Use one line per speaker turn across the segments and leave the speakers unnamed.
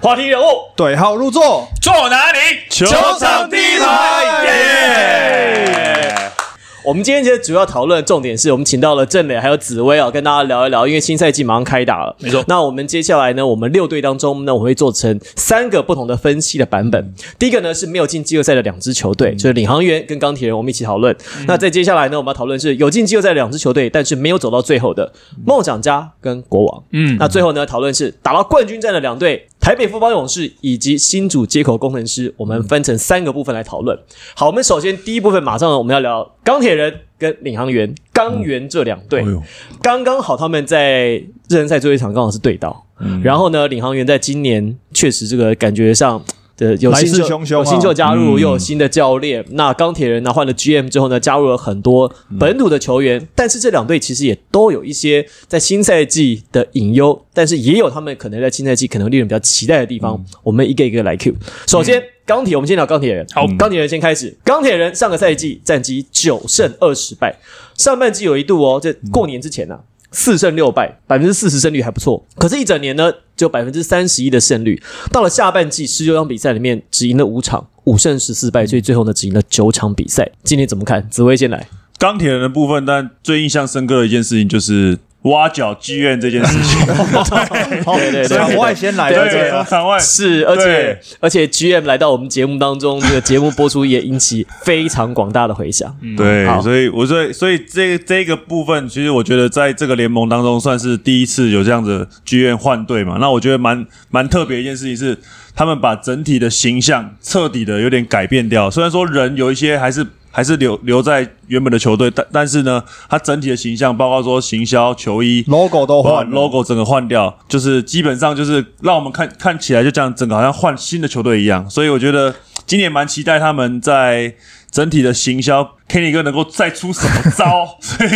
话题人物，
对号入座，
坐哪里？
球
场第一台
耶！我们今天其实主要讨论的重点是我们请到了郑磊还有紫薇啊，跟大家聊一聊，因为新赛季马上开打了。
没错
那我们接下来呢，我们六队当中呢，我会做成三个不同的分析的版本。第一个呢是没有进季后赛的两支球队，就是领航员跟钢铁人，我们一起讨论。那再接下来呢，我们要讨论是有进季后赛的两支球队，但是没有走到最后的梦想家跟国王。
嗯
那最后呢，讨论是打到冠军战的两队，台北富邦勇士以及新竹接口工程师，我们分成三个部分来讨论。好，我们首先第一部分马上呢我们要聊钢铁人跟领航员，钢原这两队、
呦
刚刚好他们在热身赛最后一场刚好是对到，
嗯
然后呢，领航员在今年确实这个感觉上。呃，有
来
新
势
秀，
汹汹啊
有新秀加入，
嗯
又有新的教练。那钢铁人呢，换了 GM 之后呢，加入了很多本土的球
嗯
员。但是这两队其实也都有一些在新赛季的隐忧，但是也有他们可能在新赛季可能令人比较期待的地
嗯
方。我们一个一个来 Q。首先，钢铁，我们先聊钢铁人。
好
钢铁人先开始。钢铁人上个赛季战绩九胜二十败，上半季有一度哦，这
嗯
过年之前呢、啊。四胜六败，百分之四十胜率还不错。可是，一整年呢，只有百分之三十一的胜率。到了下半季，十九场比赛里面只赢了五场，五胜十四
嗯
败，所以最后呢，只赢了九场比赛。今天怎么看？紫薇先来。
钢铁人的部分，但最印象深刻的一件事情就是挖角剧院这件事情。
对对对
啊
场外先 来
对
的，
对
对
对，
啊
场外
是，而且
对
而且 GM 来到我们节目当中，这个节目播出也引起非常广大的回响。
对
好，
所以我说，所以这这个部分，其实我觉得在这个联盟当中，算是第一次有这样子剧院换队嘛。那我觉得蛮蛮特别一件事情是，他们把整体的形象彻底的有点改变掉。虽然说人有一些还是还是留留在原本的球队，但但是呢，他整体的形象，包括说行销、球衣、
，logo 都
把
换了
logo 整个换掉，就是基本上就是让我们看看起来就这样，整个好像换新的球队一样。所以我觉得今年蛮期待他们在整体的行销，Kenny 哥能够再出什么招，所以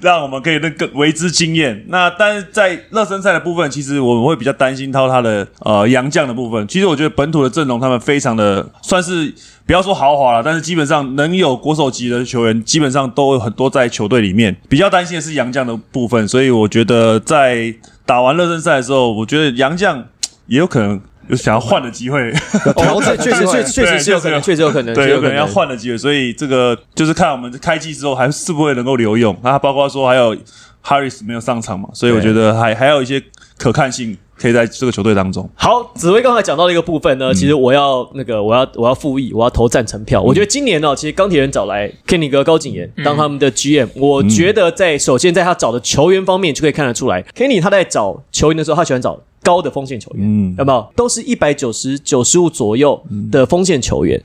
让我们可以那个为之惊艳。那但是在热身赛的部分，其实我们会比较担心到他的呃洋将的部分。其实我觉得本土的阵容他们非常的算是。不要说豪华了，但是基本上能有国手级的球员，基本上都有很多在球队里面。比较担心的是杨将的部分，所以我觉得在打完热身赛的时候，我觉得杨将也有可能有想要换的机会，
有调整
这
的
哦确
机
实
会，
确确实是有可能，确呃实有可能，
对，
确实
有可能要。换的机会。所以这个就是看我们开季之后还是不会能够留用。那包括说还有 Harris 没有上场嘛，所以我觉得还还有一些可看性可以在这个球队当中。
好，紫薇刚才讲到的一个部
嗯
分呢，其实我要那个，我要我要复议，我要投赞成票。我觉得今年呢、其实钢铁人找来 Kenny 哥高景言
嗯
当他们的 GM，、我觉得在首先在他找的球员方面就可以看得出来，Kenny 他在找球员的时候，他喜欢找高的锋线球员，嗯
嗯，
有没有？都是一百九十九十五左右
嗯
的锋线球员，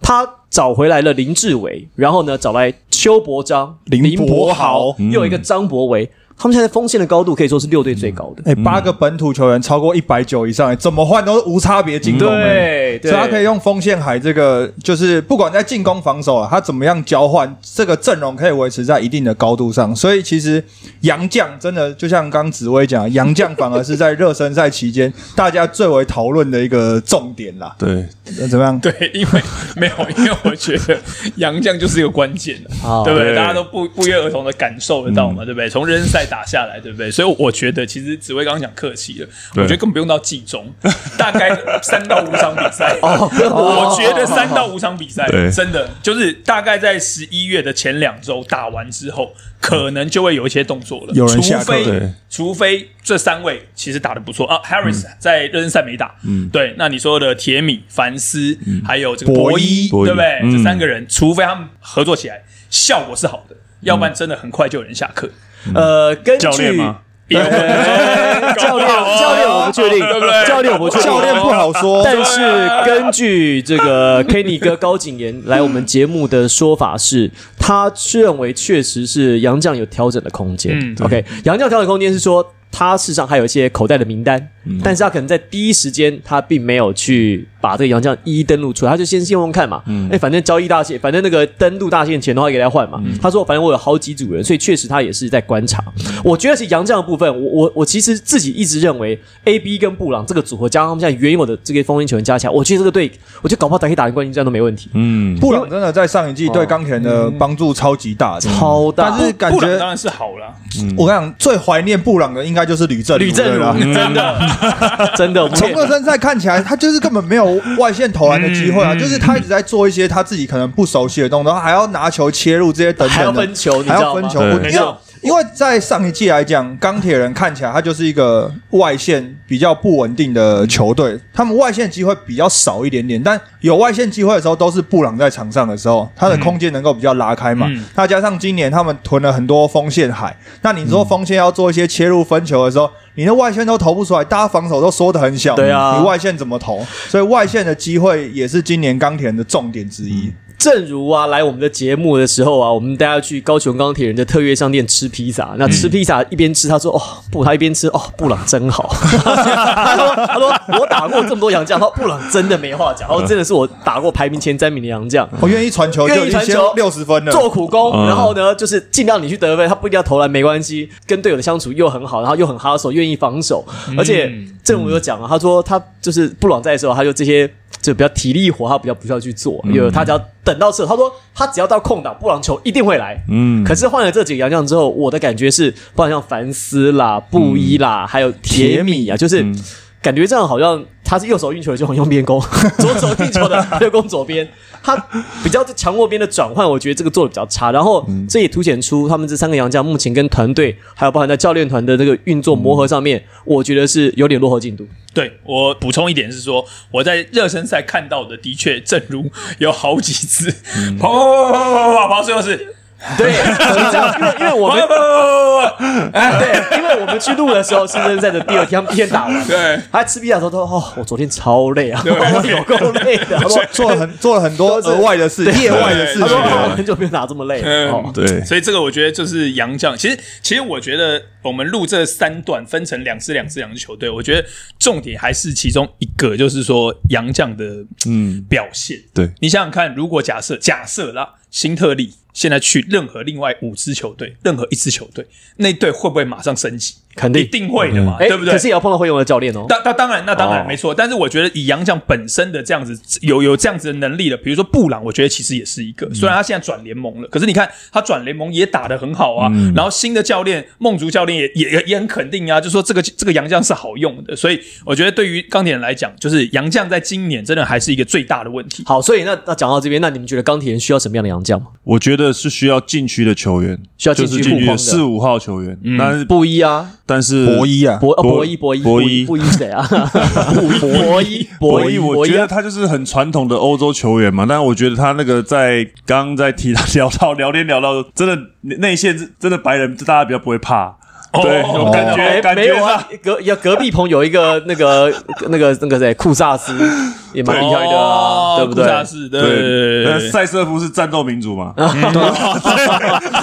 他找回来了林志伟，然后呢找来邱伯章、
林
柏
柏豪嗯
豪，又有一个张博维。他们现在锋线的高度可以说是六队最高的，
哎，八个本土球员超过一百九以上，哎怎么换都是无差别进攻，哎
对，对
所以他可以用锋线海这个，就是不管在进攻防守啊，他怎么样交换，这个阵容可以维持在一定的高度上。所以其实杨将真的就像刚紫薇讲的，杨将反而是在热身赛期间大家最为讨论的一个重点啦。
对，
那怎么样？
对，因为没有，因为我觉得杨将就是一个关键啊的
哦，
对不对？
对
大家都不不约而同的感受得到嘛，对不对？从热身赛打下来，对不对？所以我觉得，其实紫薇刚刚讲客气了，我
对
觉得根本不用到季中， 大概三到五场比赛，我觉得三到五场比赛
对
真的就是大概在十一月的前两周打完之后，可能就会有一些动作了，
有人
除
下课
非
对
除非这三位其实打得不错啊，Harris 在热身赛没打，嗯，对，那你说的铁米、凡斯，还有这个
博
博伊，
伊
博伊
对不对？
嗯
这三个人，除非他们合作起来，效果是好的，要不然真的很快就有人下课。
呃，根据
教练吗？
也有可能
呃 教练，教练我不确定
哦对不对，
教练我不确定，
教练不。好说，
但是根据这个 Kenny 哥高景言来我们节目的说法是，他认为确实是杨绛有调整的空间。
嗯
OK，杨绛调整空间是说。他事实上还有一些口袋的名单，
嗯
但是他可能在第一时间他并没有去把这个杨绛一一登录出来，他就先先用用看嘛。哎、
嗯
反正交易大线，反正那个登录大线前的话给他换嘛。
嗯
他说反正我有好几组人，所以确实他也是在观察。我觉得是杨绛的部分，我我我其实自己一直认为 A B 跟布朗这个组合加上他们现在原有的这个锋线球员加起来，我觉得这个队，我觉得搞不好打可以打赢冠军战都没问题，
嗯，
布朗真的在上一季
哦
对钢铁人的帮助超级大的。
超大。
但是感
布朗
觉
当然是好了，
嗯我跟你讲，最怀念布朗的应该该就是吕正
吕正
了嗯
如，。 真 的真的，我们
从热
也
身赛看起来，他就是根本没有外线投篮的机会啊！就是他一直在做一些他自己可能不熟悉的动作，还要拿球切入这些等等的，
还要分球，你知
还
道
要
吗？
分球。
对
我
没
因为
错
因为在上一啊季来讲，钢铁人看起来他就是一个外线比较不稳定的球队，他们外线机会比较少一点点，但有外线机会的时候都是布朗在场上的时候，他的空间能够比较拉开嘛。
嗯
那加上今年他们囤了很多锋线海，那你说锋线要做一些切入分球的时候，你的外线都投不出来，大家防守都缩得很小，
对啊
你外线怎么投？所以外线的机会也是今年钢铁人的重点之一。
正如啊，来我们的节目的时候啊，我们大家去高雄钢铁人的特约商店吃披萨。那吃披萨一边吃，他说：“哦，布，他一边吃，哦，布朗真好。” 他说：“他说我打过这么多洋将，他说布朗真的没话讲，然后真的是我打过排名前三名的洋将。”
我愿意传球，
愿
就
意
一
传
千
球
六十分了。
做苦工，
嗯
然后呢，就是尽量你去得分，他不一定要投篮没关系，跟队友的相处又很好，然后又很哈手，愿意防守，而且正如有讲啊，他说他就是布朗在的时候，他就这些就比较体力活，他比较不需要去做，因为他只要等到射，他说他只要到空档，布朗球一定会来。
嗯，
可是换了这几个洋将之后，我的感觉是，包括像凡斯啦、布衣啦，还有嗯铁米啊，就是。感觉这样好像他是右手运球的就很用边攻，左手运球的 就攻左边，他比较强弱边的转换，我觉得这个做的比较差。然后这也凸显出他们这三个洋将目前跟团队还有包含在教练团的这个运作磨合上面，我觉得是有点落后进度。
对我补充一点是说，我在热身赛看到的，的确正如有好几次，跑跑跑跑跑跑跑，最后是
对，你知道，因为因为我
跑
们
跑跑跑跑，
对，因为我们去录的时候是正在的第二天，他们一天打完，
对，
他吃披萨的时候都说哦，我昨天超累啊， 我有够累的，他说
做 做了很做了很多额外的事，业外的事
他
情
说。哦我很久没有打这么累了。
嗯
哦
对，
所以这个我觉得就是杨将。其实，其实我觉得我们录这三段分成两支、两支、两支球队，我觉得重点还是其中一个，就是说杨将的
嗯，
表现。
对
你想想看，如果假设假设啦，新特利现在去任何另外五支球队，任何一支球队，那队会不会马上升级？
肯定
一定会的嘛，
哎，
对不对？
可是也要碰到会用的教练哦。
当当当然，那当然、
哦
没错。但是我觉得以杨将本身的这样子有有这样子的能力的，比如说布朗，我觉得其实也是一个。虽然他现在转联盟了，可是你看他转联盟也打得很好啊。然后新的教练梦竹教练也也也也很肯定啊，就说这个这个杨将是好用的。所以我觉得对于钢铁人来讲，就是杨将在今年真的还是一个最大的问题。
好，所以那那讲到这边，那你们觉得钢铁人需要什么样的洋将吗？
我觉得是需要禁区的球员，
需要
就
禁区
是禁
护
区
框的
四五号球员，但是
布衣啊，
但是
博弈啊，
博哦
博
博伊博伊
博伊
伊布衣是谁啊？博伊
博
伊
弈，我
博伊
觉
啊
得他就是很传统的欧洲球员嘛，但我觉得他那个在刚刚在提到聊到聊天聊到，真的内线是真的白人，大家比较不会怕。
哦
对，我感觉
哎
感
没
觉
有啊
上，
隔有隔壁棚有一个那个那个那个谁库萨斯也蛮厉害的
哦
啊，对不对
哦库？萨斯对呃
对，那
对嗯哦
塞瑟夫是战斗民族 嘛？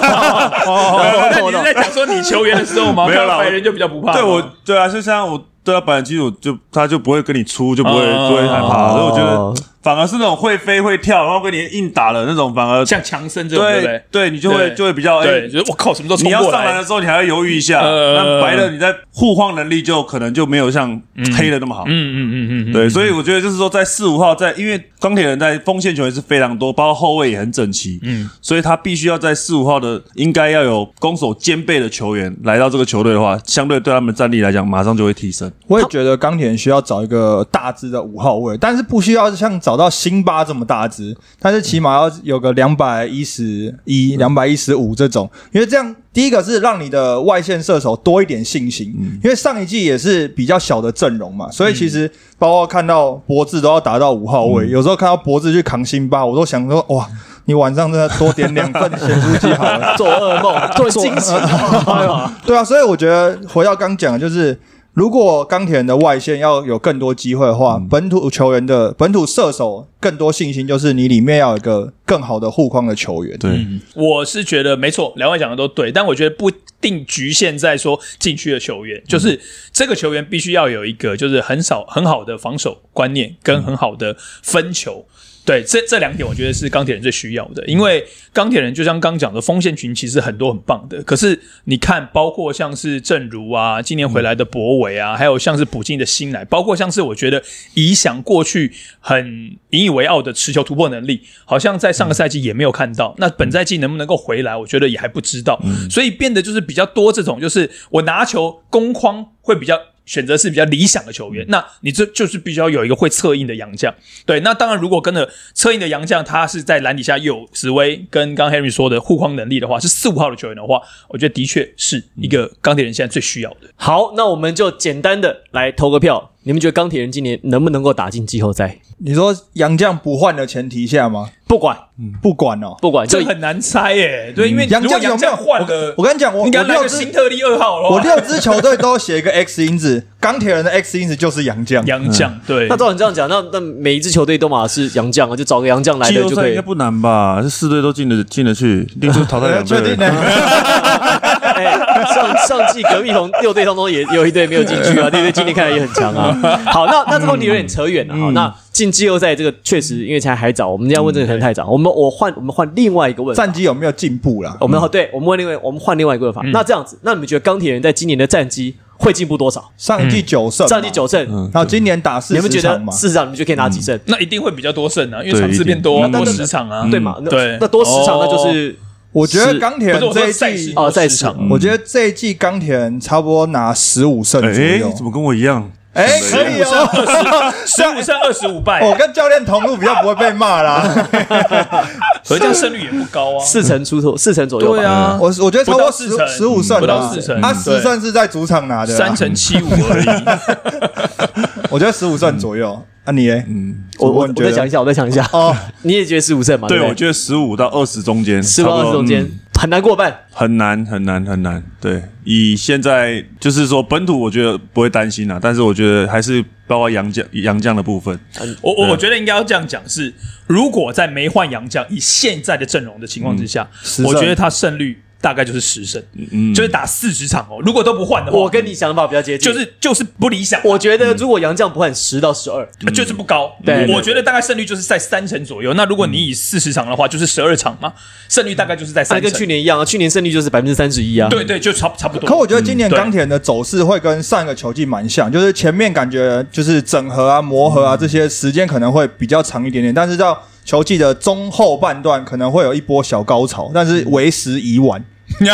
那你是在讲说你球员的时候吗？
没有啦
看到白人就比较不怕吗。
对我对啊，就像我对啊，本来基础就他就不会跟你出，就不会
哦
不会害怕，所以我觉
哦
得反而是那种会飞会跳，然后跟你硬打的那种，反而
像强森这种，对不
对
对？
对，你就会
对
就会比较哎
对，就是我靠，什么时候
你
冲
要
过
上篮
来
的？时候，你还要犹豫一下。
呃
那白的你在护晃能力就可能就没有像黑的那么好。
嗯嗯嗯嗯嗯，
对，所以我觉得就是说，在四五号，在因为钢铁人在锋线球员是非常多，包括后卫也很整齐，嗯，所以他必须要在四五号的应该要有攻守兼备的球员来到这个球队的话，相对对他们战力来讲，马上就会提升。
我也觉得钢铁人需要找一个大只的五号位，但是不需要像找到辛巴这么大只，但是起码要有个两百一十一、两百一十五这种，因为这样第一个是让你的外线射手多一点信心，因为上一季也是比较小的阵容嘛，所以其实包括看到博智都要打到五号位，有时候看到博智去扛辛巴，我都想说哇。你晚上真的多点两份咸酥鸡好 了，
做噩梦，做惊喜，哎呀
对啊，所以我觉得回到刚讲，的就是如果钢铁人的外线要有更多机会的话，本土球员的本土射手更多信心，就是你里面要有一个更好的护框的球员。
对，
我是觉得没错，两位讲的都对，但我觉得不一定局限在说禁区的球员，就是这个球员嗯必须要有一个就是很少很好的防守观念跟很好的分球。对，这这两点我觉得是钢铁人最需要的，因为钢铁人就像刚讲的，锋线群其实很多很棒的，可是你看，包括像是正如啊，今年回来的博维啊，还有像是补进的新来，包括像是我觉得以想过去很引以为傲的持球突破能力，好像在上个赛季也没有看到，那本赛季能不能够回来，我觉得也还不知道，所以变得就是比较多这种，就是我拿球攻框会比较。选择是比较理想的球员，那你这就是必须要有一个会策应的洋将。对，那当然，如果跟着策应的洋将，他是在篮底下又有紫薇跟刚刚 Henry 说的护框能力的话，是四五号的球员的话，我觉得的确是一个钢铁人现在最需要的。
好，那我们就简单的来投个票，你们觉得钢铁人今年能不能够打进季后赛？
你说杨绛不换的前提下吗？
不管
不管哦，
不管，就
这很难猜耶、对，因为
杨
如果
绛有
洋
没有
将换了，
我跟你讲，我我
应该来
六
个
支
新特例二号的话
我六支球队都写一个 X 因子，钢铁人的 X 因子就是杨绛。
洋将对
那。照你这样讲，那那每一支球队都嘛是洋将啊，就找个洋将来
季
的
后
就
赛
可
应
以
该。不难吧？这四队都进得进 得去，另就淘汰两
呃确定
啊
队。
呢？
哎，上上季隔壁同六队当中也有一队没有进去啊，那队今年看来也很强啊。好，那那这个问题有点扯远了。好，那进季后赛这个确实，因为现在还早，我们这样问这个可能太早。我们我换我们换另外一个问法，
战绩有没有进步啦？
我们哦对我们问另外我们换另外一个问法。那这样子，那你们觉得钢铁人在今年的战绩会进步多少？
上一季九胜嘛，
战绩九胜，
然后今年打四
你们觉
十
得
嗯场嘛，
事实上你们就可以拿几胜？
那一定会比较多胜啊，因为
对
场次
一定
变多啊，
嗯
多
那
十场啊，
对嘛？那
对
那多十场那就
哦
是
我觉得
是
钢铁
不
人
是我说
这一
赛事
季，
哦
多
赛
十
事
场，
我觉得这一季钢铁人差不多拿十五胜左
啊
哎
右，。
怎么跟我一样？
哎，可以哦。
十五胜二十五败，
我跟教练同路比较不会被骂 啦。
可是这样胜率也不高啊。
四成出头，四成左右吧。嗯
对啊，
我我觉得超
不
过
到
十
四成
十五胜啦，
不到四成
他
对
十胜是在主场拿的啦，啊
三成七五而
啊
已。
我觉得十五胜左右。啊，你嘞？
嗯，
我
我
我
你觉
我
得
再想一下，我再想一下。
哦，
你也觉得十五胜嘛？
对，
不
我觉得十五到二十中间，
十五
差不
二
多
十中间
嗯
很难过半。
很难很难很难。对，以现在就是说本土，我觉得不会担心啦，但是我觉得还是包括杨将杨将的部分，
我 我我觉得应该要这样讲是，如果在没换洋将，以现在的阵容的情况之下，
嗯
十
我
胜
觉得他胜率大概就是十胜，
嗯，
就是打四十场哦。如果都不换的话，
我跟你想法比较接近，
就是就是不理想，
我觉得如果杨绛不换十到十二，
呃就是不高。
对对
我觉得大概胜率就是在三成左右。那如果你以四十场的话，就是十二场嘛，胜率大概就是在
那
三
跟去
成。
年一样啊，去年胜率就是百分之三十一啊。
对对，就差差不
可
多。
我觉得今年
嗯
对
钢铁人的走势会跟上一个球季蛮像，就是前面感觉就是整合啊、磨合啊这些时间可能会比较长一点点，但是到球季的中后半段可能会有一波小高潮，但是为时已 晚。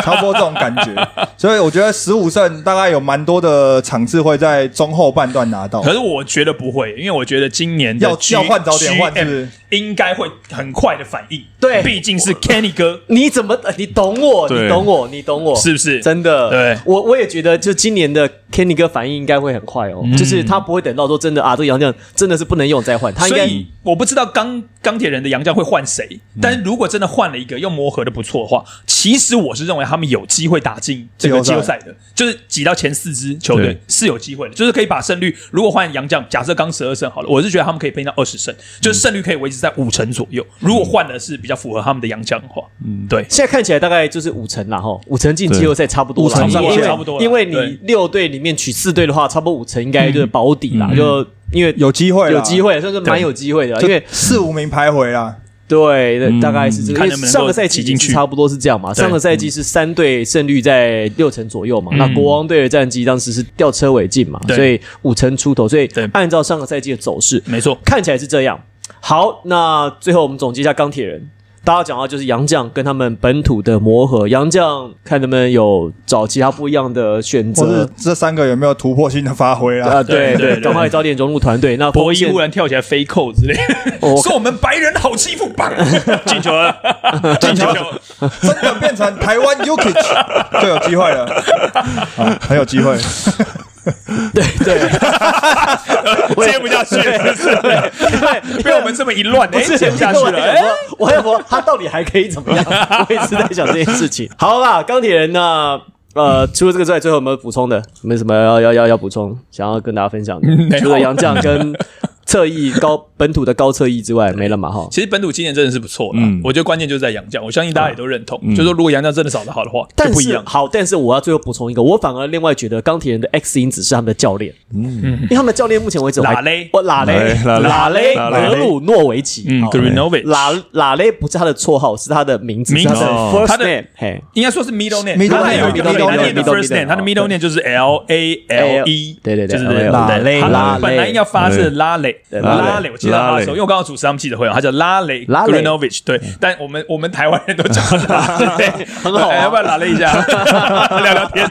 差不多这种感觉，所以我觉得十五胜大概有蛮多的场次会在中后半段拿到
可。是我觉得不会，因为我觉得今年的
哦要
G-
要换早点换是不是
GM 应该会很快的反应。
对
毕竟是 Kenny 哥，
你怎么？呃你懂我，
对
你懂我，你懂我，
哦
是不是
真的？
对
我我也觉得，就今年的 Kenny 哥反应应该会很快哦，
嗯
就是他不会等到说真的啊，这个杨绛真的是不能用再换，他应
所
该嗯
以我不知道钢钢铁人的杨将会换谁，但是如果真的换了一个又磨合的不错的话，其实我是认为他们有机会打进这个季
季
后
后
赛
赛
的，就是挤到前四支球队
对
是有机会的，就是可以把胜率，如果换杨将，假设刚十二胜好了，我是觉得他们可以拼到二十胜，就是胜率可以维持在五成左右。
嗯
如果换的是比较符合他们的杨将的话，嗯，对，
现在看起来大概就是五成啦，哈，五成进季后赛差不多啦，
对五成
因为
差不多
差不多啦
因为你
对嗯
六队里面取四队的话，差不多五成应该就是保底啦，就因为
有机会啦，
有机会，算是蛮有机会的啦，啊
就
因为
四五名徘徊啦。
对，那大概是这个。
嗯看
因
能不
为
能
上
够
个赛季
挤进去
是差不多是这样嘛。
对嗯
上个赛季是三队胜率在六成左右嘛，那国王队的战绩当时是吊车尾进嘛，
对
所以五成出头，所以
对
按照上个赛季的走势，
没错，
看起来是这样。好，那最后我们总结一下钢铁人。大家讲到就是杨绛跟他们本土的磨合，杨绛看能不能有找其他不一样的选
或是
择
这三个有没有突破性的发挥
啊，
啦？
对
对对
赶快早点融入团队。那
博
锋
弈
线
忽然跳起来飞扣之类，
哦我
说我们白人好欺负， 棒，
进球了，进球了，
真的变成台湾 Ukich 就有机会了，啊很有机会。
对对，
接不下去 了，是不是？ 被我们这么一乱，哎，
是
接不下去了，哎。
我还我他到底还可以怎么 样？我一直在想这件事情。好啦，钢铁人呢？呃，除了这个之外，最后有没有补充的？有没有什么要要要要补充，想要跟大家分享的？
没有
除了杨绛跟侧翼高本土的高侧翼之外没了嘛哈。
其实本土今年真的是不错了，
嗯
我觉得关键就是在杨将，我相信大家也都认同，就是说如果杨将真的找得好的话，就
但
不一
是
样。
好，但是我要最后补充一个，我反而另外觉得钢铁人的 X 因子是他们的教练，嗯，因为他们的教练目前为止我还
拉雷
我拉雷
拉雷
拉雷
拉雷
格鲁诺维奇，
嗯
好
g r i n o v i c
拉拉雷不是他的绰号，是他的名字，
名
是
字
他的
哦
first
他的
name，嘿，
应该说是 middle name，
Middle
他有一
name，
个
middle
middle name
name，
的
middle
first name，
name，
他的 middle name 就是 L A L E，
对对对
就是
对对
拉
对
雷
他
拉
本来应该发是拉蕾，
嗯对
拉
拉
蕾，
蕾
我记得他的时
拉蕾
候，因为我刚刚主持他们记者会啊，他叫拉蕾 g
拉
r
蕾
i n o v i c 对，但我们我们台湾人都讲 拉蕾，
嗯很好啊
哎要不要拉蕾 一下聊聊天？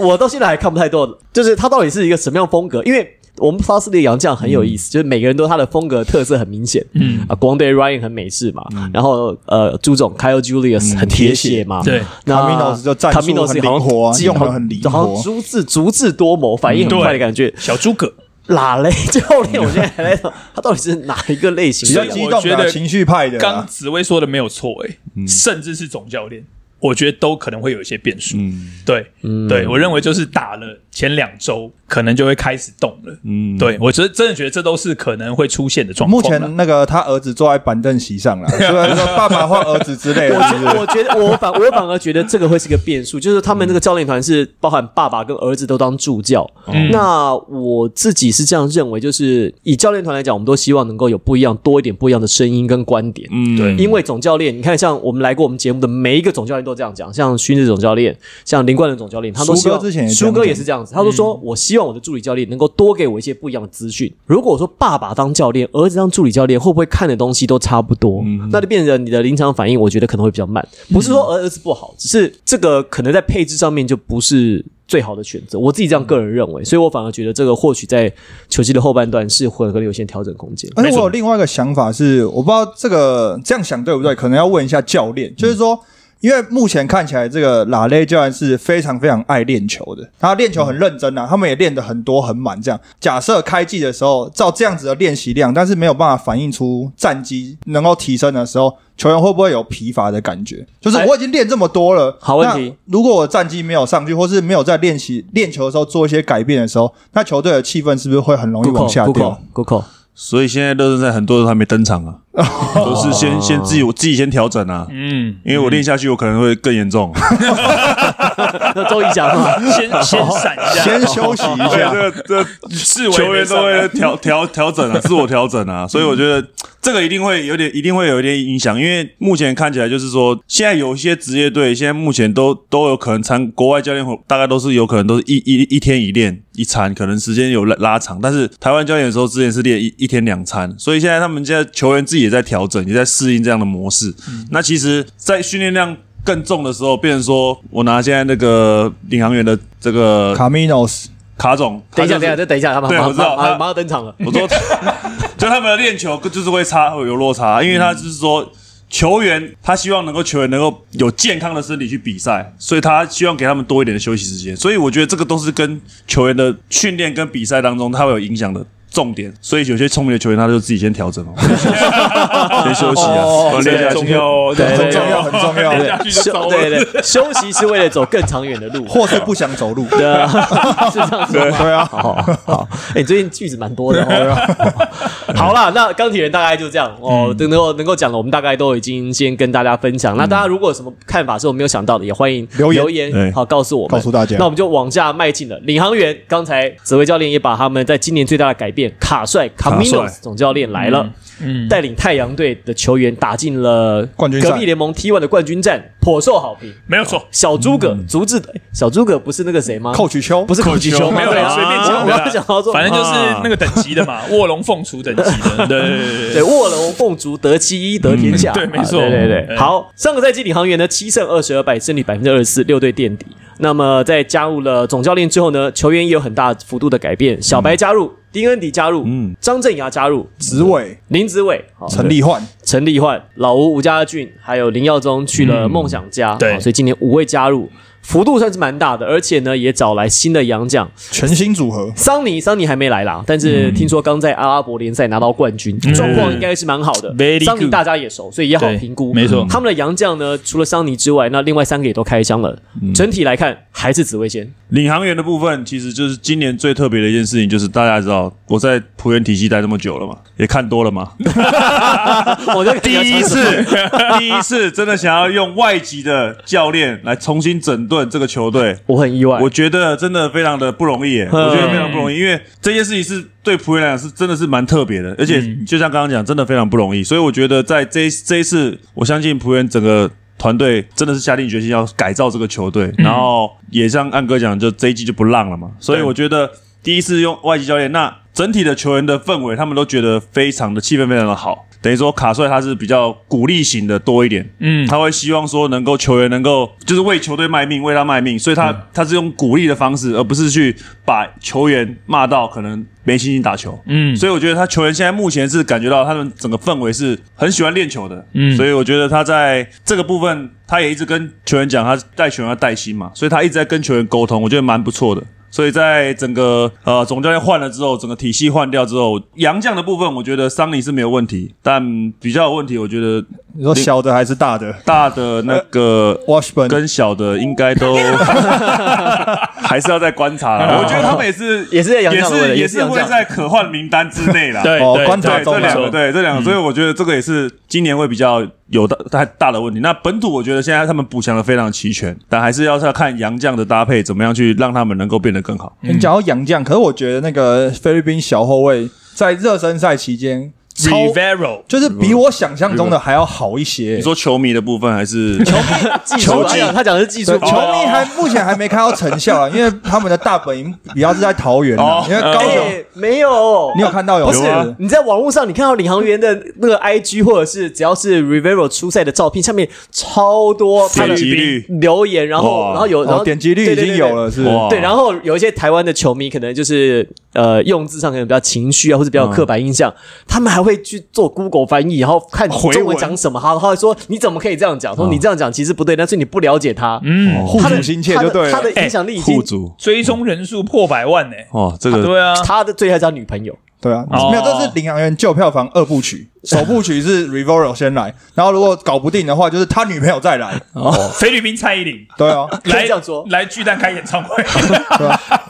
我到现在还看不太懂，就是他到底是一个什么样风格？因为我们沙斯利杨将很有意思，就是每个人都他的风格特色很明显。嗯啊，光对 Ryan 很美式嘛，然后呃，朱总 Kyle Julius 很铁血嘛，
对
那
Caminos 就战术
Caminos 好
很
像
灵活啊
技
用得很灵活
好像足智足智多谋，反应很快的感觉。
小诸葛，
哪 类教练？我现在还在想，他到底是哪一个类
比
型
较
的？
激动
所以我觉
的
得
情绪派的
刚
啦，
紫薇说的没有错，哎，
嗯
甚至是总教练，我觉得都可能会有一些变数。
嗯
对，
嗯
对我认为就是打了前两周，可能就会开始动了。嗯，对我觉得真的觉得这都是可能会出现的状况
目
啦。
前那个他儿子坐在板凳席上 了，虽然说爸爸换儿子之类的，
我
是不
觉
是
我觉得我反我反而觉得这个会是个变数，就是他们那个教练团是包含爸爸跟儿子都当助教。
哦嗯
那我自己是这样认为，就是以教练团来讲，我们都希望能够有不一样、多一点不一样的声音跟观点。
嗯，
对
因为总教练，你看，像我们来过我们节目的每一个总教练都这样讲，像勋志总教练，像林冠伦总教练，他都
苏
希望
哥之前也这样
苏哥
讲
也是这样子，他都说、我希望我的助理教练能够多给我一些不一样的资讯。如果我说爸爸当教练，儿子当助理教练，会不会看的东西都差不多？
嗯
那就变成你的临场反应，我觉得可能会比较慢。不是说儿儿子不好，只是这个可能在配置上面就不是。最好的选择，我自己这样个人认为，所以我反而觉得这个或许在球季的后半段是会可能有些调整空间。
而且哎我有另外一个想法是，我不知道这个这样想对
嗯
不对，可能要问一下教练，就是说。因为目前看起来，这个拉雷教练是非常非常爱练球的，他练球很认真
嗯
啊，他们也练得很多很满。这样，假设开季的时候照这样子的练习量，但是没有办法反映出战绩能够提升的时候，球员会不会有疲乏的感觉？就是我已经练这么多了，
哎好问题。
如果我战绩没有上去，或是没有在练习练球的时候做一些改变的时候，那球队的气氛是不是会很容易往下掉？
Google，
所以现在热身赛很多人还没登场 啊，都是先先自己我自己先调整啊，
嗯，
因为我练下去我可能会更严重。
那周瑜讲嘛，
嗯 先先闪一下，
先休息一下。
对，这这
视为
球员都
没上
会
啊
调调调整 啊，自我调整啊，所以我觉得这个一定会有点，一定会有一点影响，因为目前看起来就是说，现在有一些职业队现在目前都都有可能参国外教练，大概都是有可能都是一一一天一练一餐，可能时间有拉拉长，但是台湾教练的时候之前是练一一天两餐，所以现在他们现在球员自己也在调整，也在适应这样的模式。
嗯
那其实，在训练量。更重的时候，变成说我拿现在那个领航员的这个
卡米诺斯，
卡总，
等一下，
他就
等一
是
下，再等一下，他们
对
马
我知道
马马
他
马上登场了。
我说，就他们的练球就是会差会有落差，因为他就是说。球员他希望能够球员能够有健康的身体去比赛，所以他希望给他们多一点的休息时间。所以我觉得这个都是跟球员的训练跟比赛当中他会有影响的重点。所以有些聪明的球员他就自己先调整哦，先休息啊，
哦
我练下
很重
去。
要哦，
哎
对
很重要，很重要。
对下去就走
休
了
对对，对休息是为了走更长远的 路。
或是不想走路。
对啊， 是这样说吗？
对啊
好好好， 哎，你最近句子蛮多的 哦。好啦，那钢铁人大概就这样哦，
嗯
能够能够讲的，我们大概都已经先跟大家分享。那大家如果有什么看法是我没有想到的，也欢迎
留言哎
留言，
对
好告诉我们，
告诉大家
那我们就往下迈进了。领航员刚才紫薇教练也把他们在今年最大的改变，卡帅 Caminos 总教练来了。
嗯，
带领太阳队的球员打进了
冠军赛
隔壁联盟 T1 的冠军战，颇受好评。
没有错，
小诸葛
嗯
足智，诶小诸葛不是那个谁吗？
寇取秋
不是寇
寇
曲
曲
球
秋
吗，
没有
对
人
啊
随便
我
讲
我
的
要讲到
啦，
说，
反正就是
啊
那个等级的嘛，卧龙凤雏等级 的，对对对
对，卧龙凤雏得其一，得天下。
嗯对没
啊
错
对对对。
嗯
好，上个赛季领航员呢，七胜二十二败，胜率百分之二十四，六队垫底。那么在加入了总教练之后呢，球员也有很大幅度的改变，小白加入，丁恩迪加入，嗯
嗯，
张镇雅加入，
紫伟、
林子伟，好
陈立焕，
陈立焕、老吴、吴家俊，还有林耀宗去了梦想家，
嗯对
啊所以今年五位加入。幅度算是蛮大的，而且呢也找来新的洋将
全新组合，
桑尼，桑尼还没来啦，但是听说刚在阿拉伯联赛拿到冠军，状况应该是蛮好的
Very。good
桑尼大家也熟，所以也好
对
评估。
没错
他们的洋将呢，除了桑尼之外，那另外三个也都开箱了。整体来看还是紫薇先。
领航员的部分，其实就是今年最特别的一件事情，就是大家知道我在浦原体系待这么久了嘛，也看多了嘛。
我就
第一次，第一次真的想要用外籍的教练来重新整顿这个球队，
我很意外
我。觉得真的非常的不容易耶，我觉得非常不容易，因为这件事情是对仆人来讲是真的是蛮特别的，而且就像刚刚讲，真的非常不容易，所以我觉得在这一这一次，我相信仆人整个。团队真的是下定决心要改造这个球队，然后也像安哥讲，就这一季就不浪了嘛。所以我觉得第一次用外籍教练，那整体的球员的氛围，他们都觉得非常的气氛非常的好。等于说卡帅他是比较鼓励型的多一点，
嗯
他会希望说能够球员能够就是为球队卖命，为他卖命，所以他、
嗯
他是用鼓励的方式，而不是去把球员骂到可能没信心打球。
嗯
所以我觉得他球员现在目前是感觉到他们整个氛围是很喜欢练球的，
嗯
所以我觉得他在这个部分，他也一直跟球员讲，他带球员要带薪嘛，所以他一直在跟球员沟通，我觉得蛮不错的。所以在整个呃总教练换了之后，整个体系换掉之后，洋将的部分我觉得桑尼是没有问题，但比较有问题，我觉得
你说小的还是大的
大的那个
？Washburn
跟小的应该 都还是要再观察啦。我觉得他们也是
也是在洋
也
将的
是
位置
也
也是
是
洋将
会在可换名单之内啦。
对
哦
对
观察
对嗯
对
这
中
两个，
没错
对这两个，所以我觉得这个也是今年会比较有大大大的问题。那本土我觉得现在他们补强的非常齐全，但还是要是要看洋将的搭配怎么样去让他们能够变得更好。
你讲到洋将，可是我觉得那个菲律宾小后卫在热身赛期间超，
Rivero
就是比我想象中的还要好一些
你。说球迷的部分还是球
技术，他讲他讲的是技术
对，，球迷还目前还没看到成效啊，因为他们的大本营比较是在桃园啊
哦，
因为高雄
哎没有，
你有看到有
不是
有啊
你在网络上，你看到领航员的那个 IG 或者是只要是 Rivero 出赛的照片，下面超多他
点
的
击率
留言，然后
哇
然后有然
哦
后
点击率已经有。了，是
哇
对对对对对，然后有一些台湾的球迷可能就是呃用字上可能比较情绪啊，或者比较刻板印象，他们还会去做 Google 翻译，然后看
回
中文
文
讲什么，然后说你怎么可以这样讲？说你这样讲其实不对，但是你不了解他，
嗯，
互
他的
助心切就对
他
了
的。他的影响力已经
护，主
追踪人数破百万呢。
哦，这个
对啊，
他的最爱他女朋友，
对啊，
哦
没有，这是领航员旧票房二部曲，首部曲是 Revoro 先来，然后如果搞不定的话，就是他女朋友再 来。
菲律宾蔡依林
对啊，
可以
来
这样说
来巨蛋开演唱会，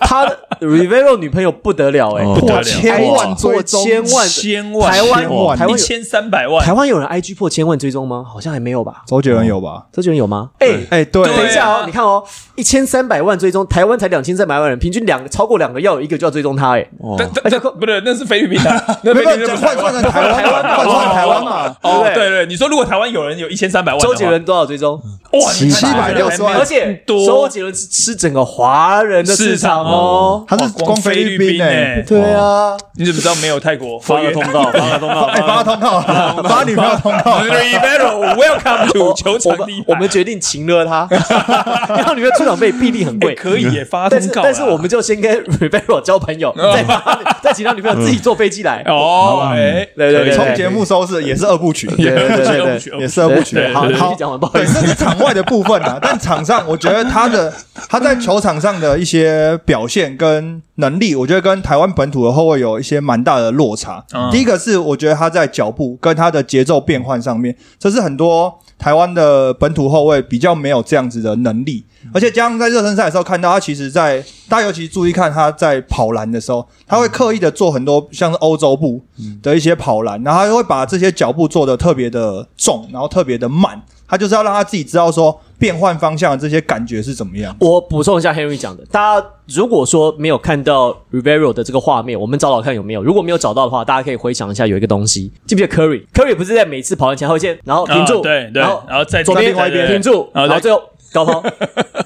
他的 Rivero 女朋友不得了哎、
哦
破
破千万追
破
踪，
千万
千万
台湾
千万
台湾
一
有
千三百
台
万，
湾有人 IG 破千万追踪吗？好像还没有吧？
周杰伦有吧？
周杰伦有吗？哎、
哎、对，
等一下
对
哦
啊，
你看哦，一千三百万追踪，台湾才两千三百万人，平均两个超过两个要有一个就要追踪他哎、
哦
但但但不对，那是菲律宾的，那
没
菲律
有没有
宾的不是台
换算
湾。
成台湾嘛，换算成台湾嘛，
哦，
对不对
对对，你说如果台湾有人有一千三百万的话，
周杰伦多少追踪？
哇，你看
七百六十万
而且
多
周杰伦是吃整个华人的市场哦。
他是光菲律宾哎、
哎，
对啊，
你怎么知道没有泰国
发个通告， 发个通告，
哎、发通告，发女朋友通告，
我
？Rivero，Welcome to 球
我
场
们
地板，
我们决定请了他， 然后你们出场费必定很贵。
哎可以也发通
但是
告啦，嗯
但是我们就先跟 Rivero 交朋友，再 发再请他女朋友自己坐飞机来。
哦，哎，
对对对
从节目收视也是二部曲，
对对对对对。
也是二部曲
对。
好，
对
好，
好，
讲完，不好
对，
意思。
这是场外的部分啊，但场上我觉得他的他在球场上的一些表现跟能力，我觉得跟台湾本土的后卫有一些蛮大的落差。
嗯
第一个是我觉得他在脚步跟他的节奏变换上面，这是很多台湾的本土后卫比较没有这样子的能力，而且加上在热身赛的时候看到他，其实在大家尤其注意看他在跑篮的时候，他会刻意的做很多像是欧洲步的一些跑篮，然后他会把这些脚步做的特别的重，然后特别的慢，他就是要让他自己知道说变换方向的这些感觉是怎么样。
我补充一下 Henry 讲的，大家如果说没有看到 Rivero 的这个画面，我们找找看有没有。如果没有找到的话，大家可以回想一下，有一个东西，记不记得 Curry？Curry 不是在每次跑完前后线，然后停住，
啊对对
然后
然后再
左边
再另外一边
停住，
然后再
然后最后高 抛。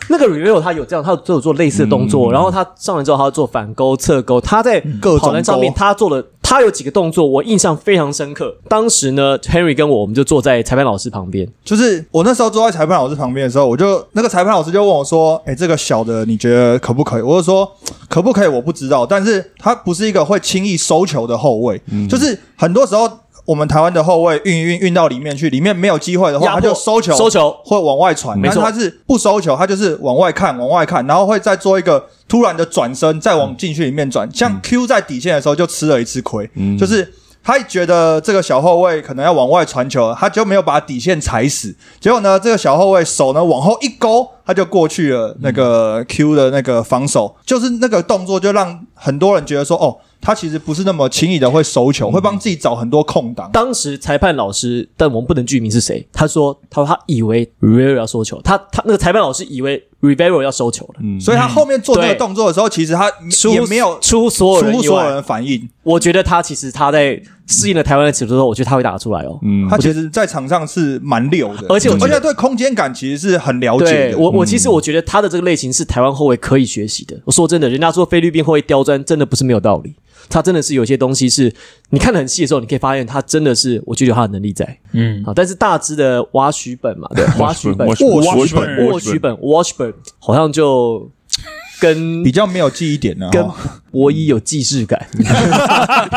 那个 Rivero 他有这样，他有都有做类似的动
嗯
作，然后他上来之后，他要做反勾、侧勾，他在
各种
跑篮上面
勾
他做了，他有几个动作我印象非常深刻。当时呢，Henry 跟我我们就坐在裁判老师旁边，
就是我那时候坐在裁判老师旁边的时候，我就那个裁判老师就问我说：“哎、这个小的你觉得可不可以？”我就说：“可
嗯
不可以我不知道，但是他不是一个会轻易收球的后卫，就是很多时候。”我们台湾的后卫运一运运到里面去，里面没有机会的话，
压
他
迫
就收球，
收球
会往外传。
没
但
错
是他是不收球，他就是往外看，往外看，然后会再做一个突然的转身，再往禁区里面
嗯
转。像 Q 在底线的时候就吃了一次亏，就是。他觉得这个小后卫可能要往外传球，他就没有把底线踩死。结果呢，这个小后卫手呢往后一勾，他就过去了那个
嗯
Q 的那个防守，就是那个动作就让很多人觉得说，哦，他其实不是那么轻易的会收球，会帮自己找很多空档。
当时裁判老师，但我们不能具名是谁。他说，他说他以为 Rivera 要收球，他他那个裁判老师以为 Rivera 要收球了，
所以他后面做那个
嗯对
动作的时候，其实他
出
嗯也没有
出所有人
出
以
所有
外。
人反应。
我觉得他其实他在适应了台湾的尺度之后，我觉得他会打得出来哦。
嗯
他其实，在场上是蛮溜的，嗯
而且我觉得
而且他对空间感其实是很了解
对
的。
我，我其实我觉得他的这个类型是台湾后卫可以学习的。我说真的，人家说菲律宾后卫刁钻，真的不是没有道理。他真的是有些东西是你看得很细的时候，你可以发现他真的是，我就有他的能力在。
嗯，
好，但是大只的挖许本嘛，对，挖许本，
我
本
本
沃许本 Washburn 好像就 跟
比较没有记忆点呢、
跟
哦
博伊有既视感，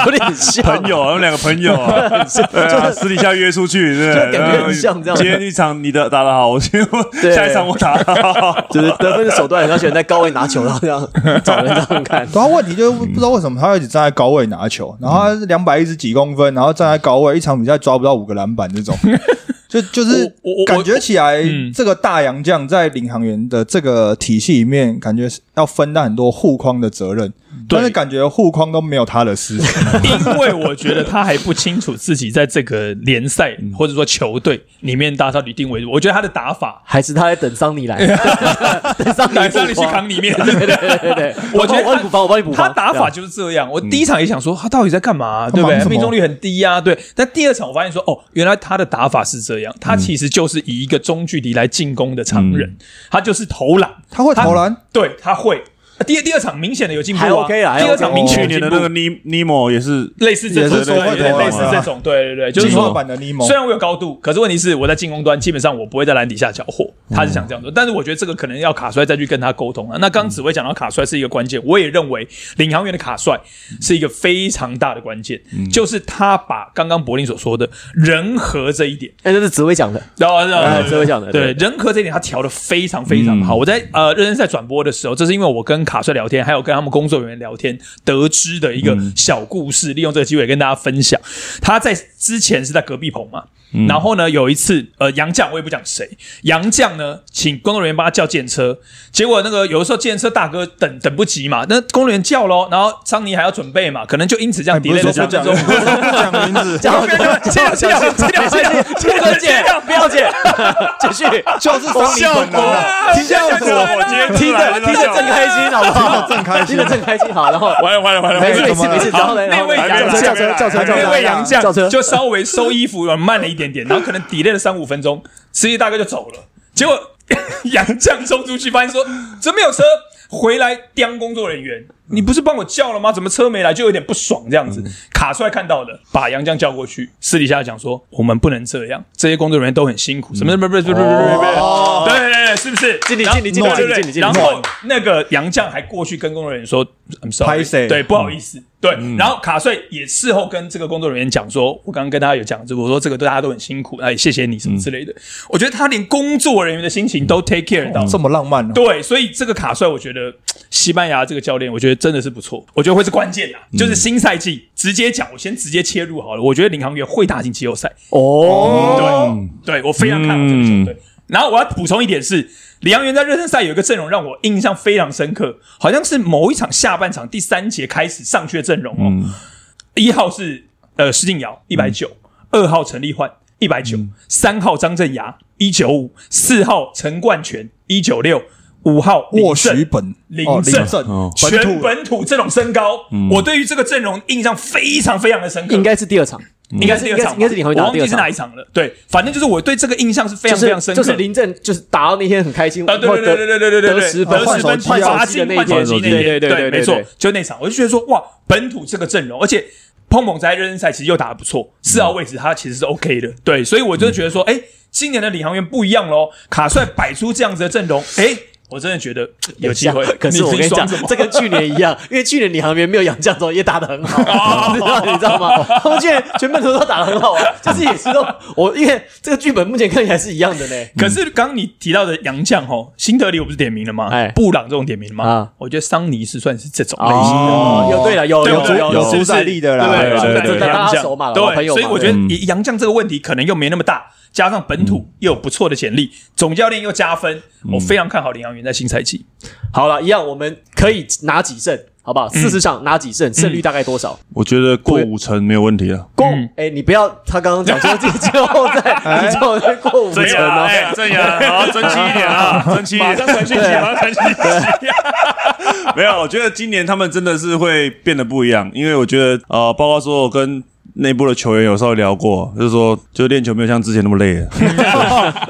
有点像
朋友，啊，他们两个朋友啊，对啊，私底下约出去，对不对，
就感觉很像这样
今天一场你的打得好， 我今天
对
下一场我打得好，
就是得分的手段，很喜欢在高位拿球，然后这样找人这样看。
然后啊问题就是不知道为什么他会一直站在高位拿球，然后他两百一十几公分，然后站在高位，一场比赛抓不到五个篮板 这种，就就是
我我我
感觉起来
嗯
这个大洋将在领航员的这个体系里面，感觉是要分担很多护框的责任，
对
但是感觉护框都没有他的事。
因为我觉得他还不清楚自己在这个联赛或者说球队里面大家到底定位。我觉得他的打 法，
还是他在等桑尼来，等桑尼
来让你去
补防
扛里面，
对对对对对，
我觉得
我帮你补防，我帮你补防。啊
他打法就是这样。我第一场也想说他到底在干嘛、
他
对不
忙
对？
什么
命中率很低啊，对。但第二场我发现说，哦，原来他的打法是这样，他其实就是以一个中距离来进攻的常人，他就是投篮，
他会投篮，
对，他会。第第二场明显的有进步、啊，
还 OK 啦还
第
OK
二场明显
去
有
年
进步
的那
哦
个尼尼莫也是
类似这种，
也是
对
手绘
对对，
投篮
类似这种，对对对，就是
进
说
化版的尼莫
虽。然我有高度，可是问题是我在进攻端基本上我不会在篮底下缴获，他是想这样做，但是我觉得这个可能要卡帅再去跟他沟通啊。那刚紫薇讲到卡帅是一个关键，我也认为领航员的卡帅是一个非常大的关键，就是他把刚刚柏林所说的人和这一点，
哎，那是紫薇讲的，
然后
哎
然后
紫薇讲的，
对，人和这一点，他调的非常非常好。我在呃认真赛转播的时候，这是因为我跟卡帅聊天，还有跟他们工作人员聊天得知的一个小故事，利用这个机会跟大家分享。他在之前是在隔壁棚嘛，然后呢有一次呃杨绛，我也不讲谁，杨绛呢请工作人员帮他叫电车，结果那个有的时候电车大哥等等不及嘛，那工作人员叫喽，然后桑尼还要准备嘛，可能就因此这样
哎不
delay
是
了
说不
三分
讲，
钟
不。是说不讲名字，
讲
这这样这样这样这样
不要姐，不要姐， 继续。
就是桑尼本人啊，
听
效果
我今天
听
来
得听得正开心，好不好？
正开
听
心
得正开心，好，然后
完了完了完了，
没事没
怎么
事没
了
事，然后呢，然
那
后
位
呢
还没
杨
来
叫
还
绛
没
车
来
叫车叫
还没
那
车
来
位杨绛
轿车
就稍微收衣服慢了一点点，然后可能 delay 了三五分钟，司机大哥就走了。结果杨绛冲出去，发现说怎么没有车？回来刁工作人员，你不是帮我叫了吗？怎么车没来？就有点不爽这样子。卡出来看到的，把杨绛叫过去，私底下讲说我们不能这样，这些工作人员都很辛苦，什么什么什么什么什么什么，对对对，是不是？
敬礼
然后
敬礼敬礼
对对
敬礼敬礼
对然后那个杨绛还过去跟工作人员说，I'm sorry，
拍谁
对，不好意思。对，然后卡帅也事后跟这个工作人员讲说，我刚刚跟大家有讲，就我说这个对大家都很辛苦，哎，谢谢你什么之类的。我觉得他连工作人员的心情都 take care 到，
这么浪漫哦。
对，所以这个卡帅，我觉得西班牙这个教练，我觉得真的是不错，我觉得会是关键啦。就是新赛季直接讲，我先直接切入好了。我觉得领航员会打进季后赛，
哦，
对，对我非常看好这个球
嗯
队。然后我要补充一点是，李阳元在热身赛有一个阵容让我印象非常深刻，好像是某一场下半场第三节开始上去的阵容
嗯
哦。一、号是呃施静瑶一百九，
嗯
二号陈立焕一百九，三号张镇雅一九五，四号陈冠全一九六，五号
沃
林振
许本
林
哦林
正
正
哦
本
全
土嗯
本土这种身高，我对于这个阵容印象非常非常的深刻。
应该是第二场，
应该是第二场吧，
应该是应该是你会打
我
的
忘记是哪一场了。对，反正就是我对这个印象是非
就
常
是
非常深刻。
就是林正就是打到那天很开心，
啊，对对对对对对对对，
得十分
得
换
十
手
分
机
换
啊
罚
记得那
进
一
换手
天
机那
对
一
对
天，
对对
没
对
错
对，
就那场，我就觉得说哇，本土这个阵容，而且彭猛在热身赛其实又打得不
嗯
错，四号位置他其实是 OK 的，对，所以我就觉得说，哎，今年的领航员不一样喽，卡帅摆出这样子的阵容，哎。我真的觉得有机会。
可是我跟你讲
你自己爽什，么
这跟去年一样，因为去年领航员没有杨绛之后也打得很
哦
好，你知道你知道吗？他们去年全部都打得很好啊，就是也是都我因为这个剧本目前看起来是一样的呢。
可是刚刚你提到的洋将吼，辛德里我不是点名了吗？
哎
布朗这种点名了吗？
啊
我觉得桑尼是算是这种类型的。
哦，有对了，有
对
有
对
有
有
有
主宰力的啦
对
对
对
对
对，
对
大
洋
家
将
熟嘛老朋
对，
友
所
嘛嗯
以我觉得以洋将这个问题可能又没那么大，加上本土又有不错的潜力，总教练又加分，
嗯
我非常看好领航员在新赛季。
好了，一样我们可以拿几胜，好不好？四十场拿几胜，胜率大概多少？
我觉得过五成没有问题啊了。
过哎，你不要他刚刚讲说这季后赛，你就会过五成哦。
哎，正阳，好，争气一点 啊，争气一点，马上传讯息，马上传讯 息。没有，我觉得今年他们真的是会变得不一样，因为我觉得呃，包括说我跟内部的球员有稍微聊过，就是说，就是练球没有像之前那么 累了，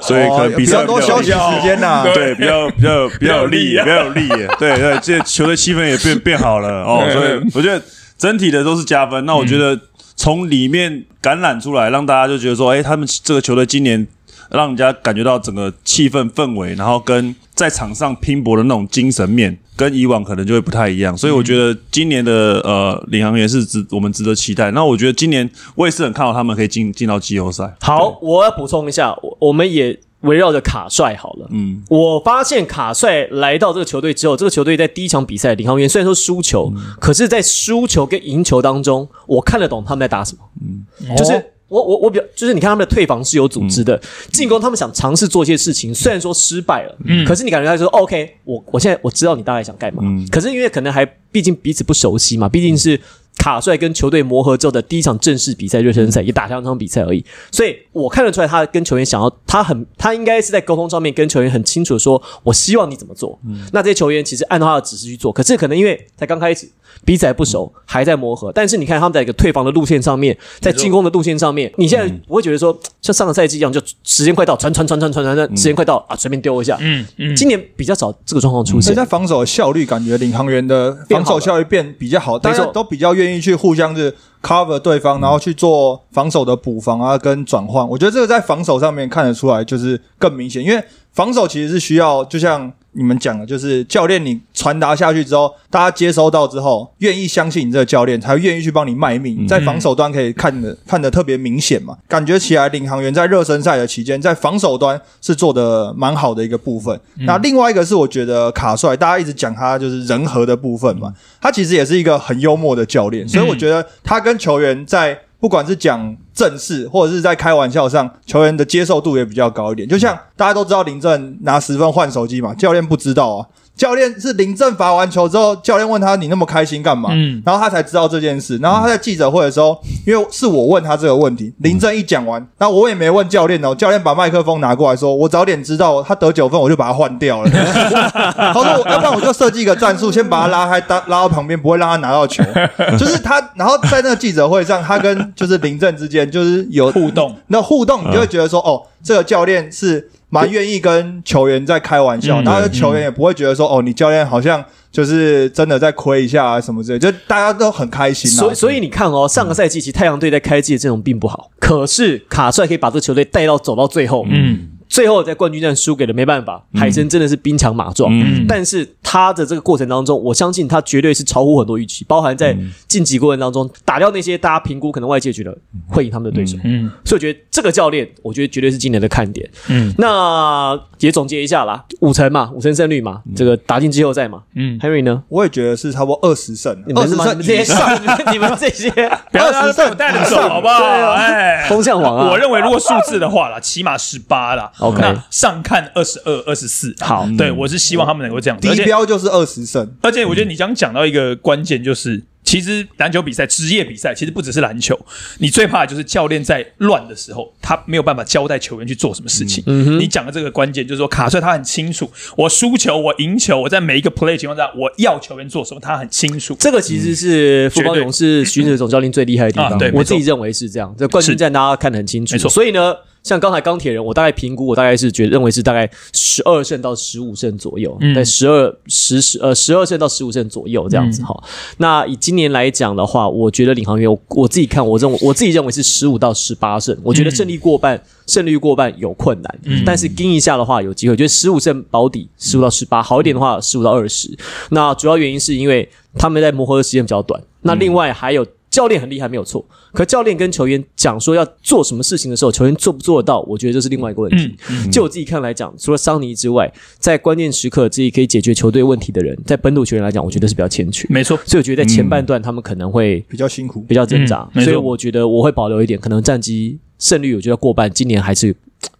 所以可哦能比
哦比
赛
较多
比较
休
有力
息时间啊呐。
啊对，比较比较比较有力，啊比较有力耶。对对，这球队气氛也变变好了哦，所以我觉得整体的都是加分。那我觉得从里面感染出来，让大家就觉得说，哎，他们这个球队今年让人家感觉到整个气氛氛围，然后跟在场上拼搏的那种精神面，跟以往可能就会不太一样。所以我觉得今年的呃领航员是值我们值得期待。那我觉得今年我也是很看好他们可以进进到季后赛。
好，我要补充一下，我我们也围绕着卡帅好了。嗯，我发现卡帅来到这个球队之后，这个球队在第一场比赛，领航员虽然说输球，可是，在输球跟赢球当中，我看得懂他们在打什么。
哦
嗯，就是。我我我比较就是你看他们的退防是有组织的，进攻他们想尝试做一些事情，虽然说失败了，嗯，可是你感觉到说 OK，我我现在我知道你大概想干嘛，可是因为可能还毕竟彼此不熟悉嘛，毕竟是卡帅跟球队磨合之后的第一场正式比赛热身赛，也打两场比赛而已，所以我看得出来他跟球员想要，他很他应该是在沟通上面跟球员很清楚的说，我希望你怎么做。
嗯
那这些球员其实按照他的指示去做，可是可能因为才刚开始，彼此还不熟，还在磨合。但是你看他们在一个退防的路线上面，在进攻的路线上面，你现在
嗯
不会觉得说像上个赛季一样，就时间快到，传传传传传传传，时间快到啊，随便丢一下。
嗯嗯，
今年比较少这个状况出
所
现
以。在防守效率，感觉领航员的
变
防
好了
守效率变比较好，大家
错
都比较愿意去互相是 cover 对方，然后去做防守的补防啊跟转换。我觉得这个在防守上面看得出来，就是更明显，因为防守其实是需要，就像你们讲的，就是教练你传达下去之后，大家接收到之后，愿意相信你这个教练，才会愿意去帮你卖命。在防守端可以看得看得特别明显嘛，感觉起来领航员在热身赛的期间，在防守端是做的蛮好的一个部分。那另外一个是我觉得卡帅，大家一直讲他就是人和的部分嘛，他其实也是一个很幽默的教练，所以我觉得他跟球员在。不管是讲正事，或者是在开玩笑上，球员的接受度也比较高一点。就像大家都知道林正拿十分换手机嘛，教练不知道啊。教练是林正罚完球之后，教练问他你那么开心干嘛？
嗯
然后他才知道这件事。然后他在记者会的时候，因为是我问他这个问题，林正一讲完，那我也没问教练哦，教练把麦克风拿过来说，我早点知道他得九分，我就把他换掉了。 他说我，要不然我就设计一个战术，先把他拉开，拉拉到旁边，不会让他拿到球。 就是他，然后在那个记者会上，他跟就是林正之间就是有
互动，
那互动，你就会觉得
嗯
说，哦，这个教练是蛮愿意跟球员在开玩笑，
嗯
然后球员也不会觉得说，哦，你教练好像就是真的在亏一下啊什么之类，就大家都很开心
所以，
啊。
所以你看哦，上个赛季其实太阳队在开季的阵容并不好，可是卡帅可以把这个球队带到走到最后，
嗯，
最后在冠军战输给了，没办法，海神真的是兵强马壮。
嗯
但是他的这个过程当中，我相信他绝对是超乎很多预期，包含在晋级过程当中打掉那些大家评估可能外界觉得会赢他们的对手。
嗯
所以我觉得这个教练，我觉得绝对是今年的看点。
嗯
那也总结一下啦，五成嘛，五成胜率嘛，这个打进季后赛嘛。
嗯，
Henry 呢？
我也觉得是差不多二十胜啊
你，们
二
是
十
吗？你
胜
们这些
以上。
你们你们这些
不要让他带着走，好不好？哎，
啊 风向王啊
我，认为如果数字的话啦，起码十八啦。
OK
那上看二十二、二十四。
好，嗯
对，我是希望他们能够这样子，而
低
且
标就是二十胜，
而且我觉得你刚刚讲到一个关键，就是其实篮球比赛、职业比赛，其实不只是篮球，你最怕的就是教练在乱的时候，他没有办法交代球员去做什么事情。你讲的这个关键就是说，卡帅他很清楚，我输球、我赢球，我在每一个 play 情况下，我要球员做什么，他很清楚。
这个其实是富邦勇士徐子总教练最厉害的地
嗯啊
方
对，没
我
错
自己认为是这样。这冠军战大家看得很清楚
没，错
所以呢，像刚才钢铁人，我大概评估，我大概是觉得认为是大概十二胜到十五胜左右，
嗯
在十二十十呃十二胜到十五胜左右这
嗯
样子哈、那以今年来讲的话，我觉得领航员，我我自己看，我认为我自己认为是十五到十八胜，我觉
嗯
得胜利过半，胜率过半有困难，但是盯一下的话有机会，我觉得十五胜保底，十五到十八，好一点的话十五到二十。那主要原因是因为他们在磨合的时间比较短，那
嗯
另外还有。教练很厉害，没有错。可教练跟球员讲说要做什么事情的时候，球员做不做得到，我觉得这是另外一个问题。
嗯
就我自己看来讲，除了桑尼之外，在关键时刻自己可以解决球队问题的人，在本土球员来讲，我觉得是比较欠缺。
没错，嗯
所以我觉得在前半段他们可能会
比较辛苦。
比较挣扎，
嗯没错
所以我觉得我会保留一点，可能战绩胜率我觉得过半，今年还是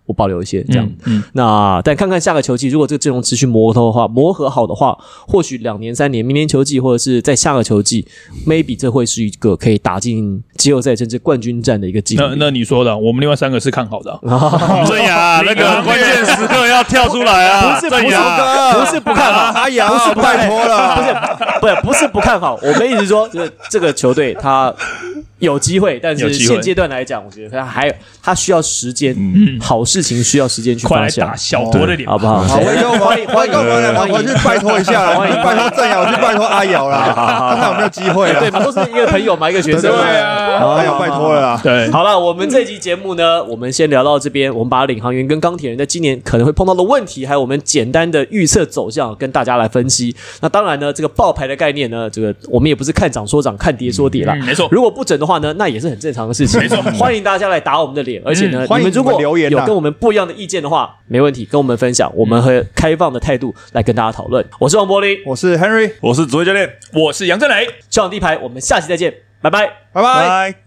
我保留一些这样。
嗯，
那但看看下个球季，如果这个阵容持续磨合的话，磨合好的话，或许两年、三年，明年球季或者是在下个球季，maybe 这会是一个可以打进季后赛甚至冠军战的一个机
那
会。
那你说的，我们另外三个是看好的啊，
哦
啊
对哦呀， 那个关键时刻要跳出来啊！
不是
对
不是
呀，
不是不看好，
哎呀，
不是不看
拜托
不
了，
是不是不是不看好，我们一直说就是这个球队他有机会，但
有
是
机会
现阶段来讲，我觉得他还有他需要时间，好事情需要时间去
快
发
来
酵
打，小博的脸吧
哦好不好？
好，
对
威哥，
欢迎
我
欢
威
迎
哥，我来，我去拜托一下啦，
欢
你
迎
去拜托郑瑶，我去拜托阿瑶啦，看看有没有机会
对
啦。
嘛，都是一个朋友嘛，一个学生嘛。
对
啊
哎呀，拜托了啦。
对，
好了，我们这期节目呢，我们先聊到这边。我们把领航员跟钢铁人在今年可能会碰到的问题，还有我们简单的预测走向，跟大家来分析。那当然呢，这个爆牌的概念呢，这个我们也不是看涨说涨，看跌说跌啦。
嗯没错
如果不准的话呢，那也是很正常的事情。没错，欢迎大家来打我们的脸，而且呢，
嗯欢迎
们如
你
果
们留言啊
有跟我们不一样的意见的话，没问题，跟我们分享，我们会开放的态度来跟大家讨论。我是王柏林，
我是 Henry，
我是主位教练，
我是杨振雷。
上地牌，我们下期再见，拜拜。
拜拜。
拜。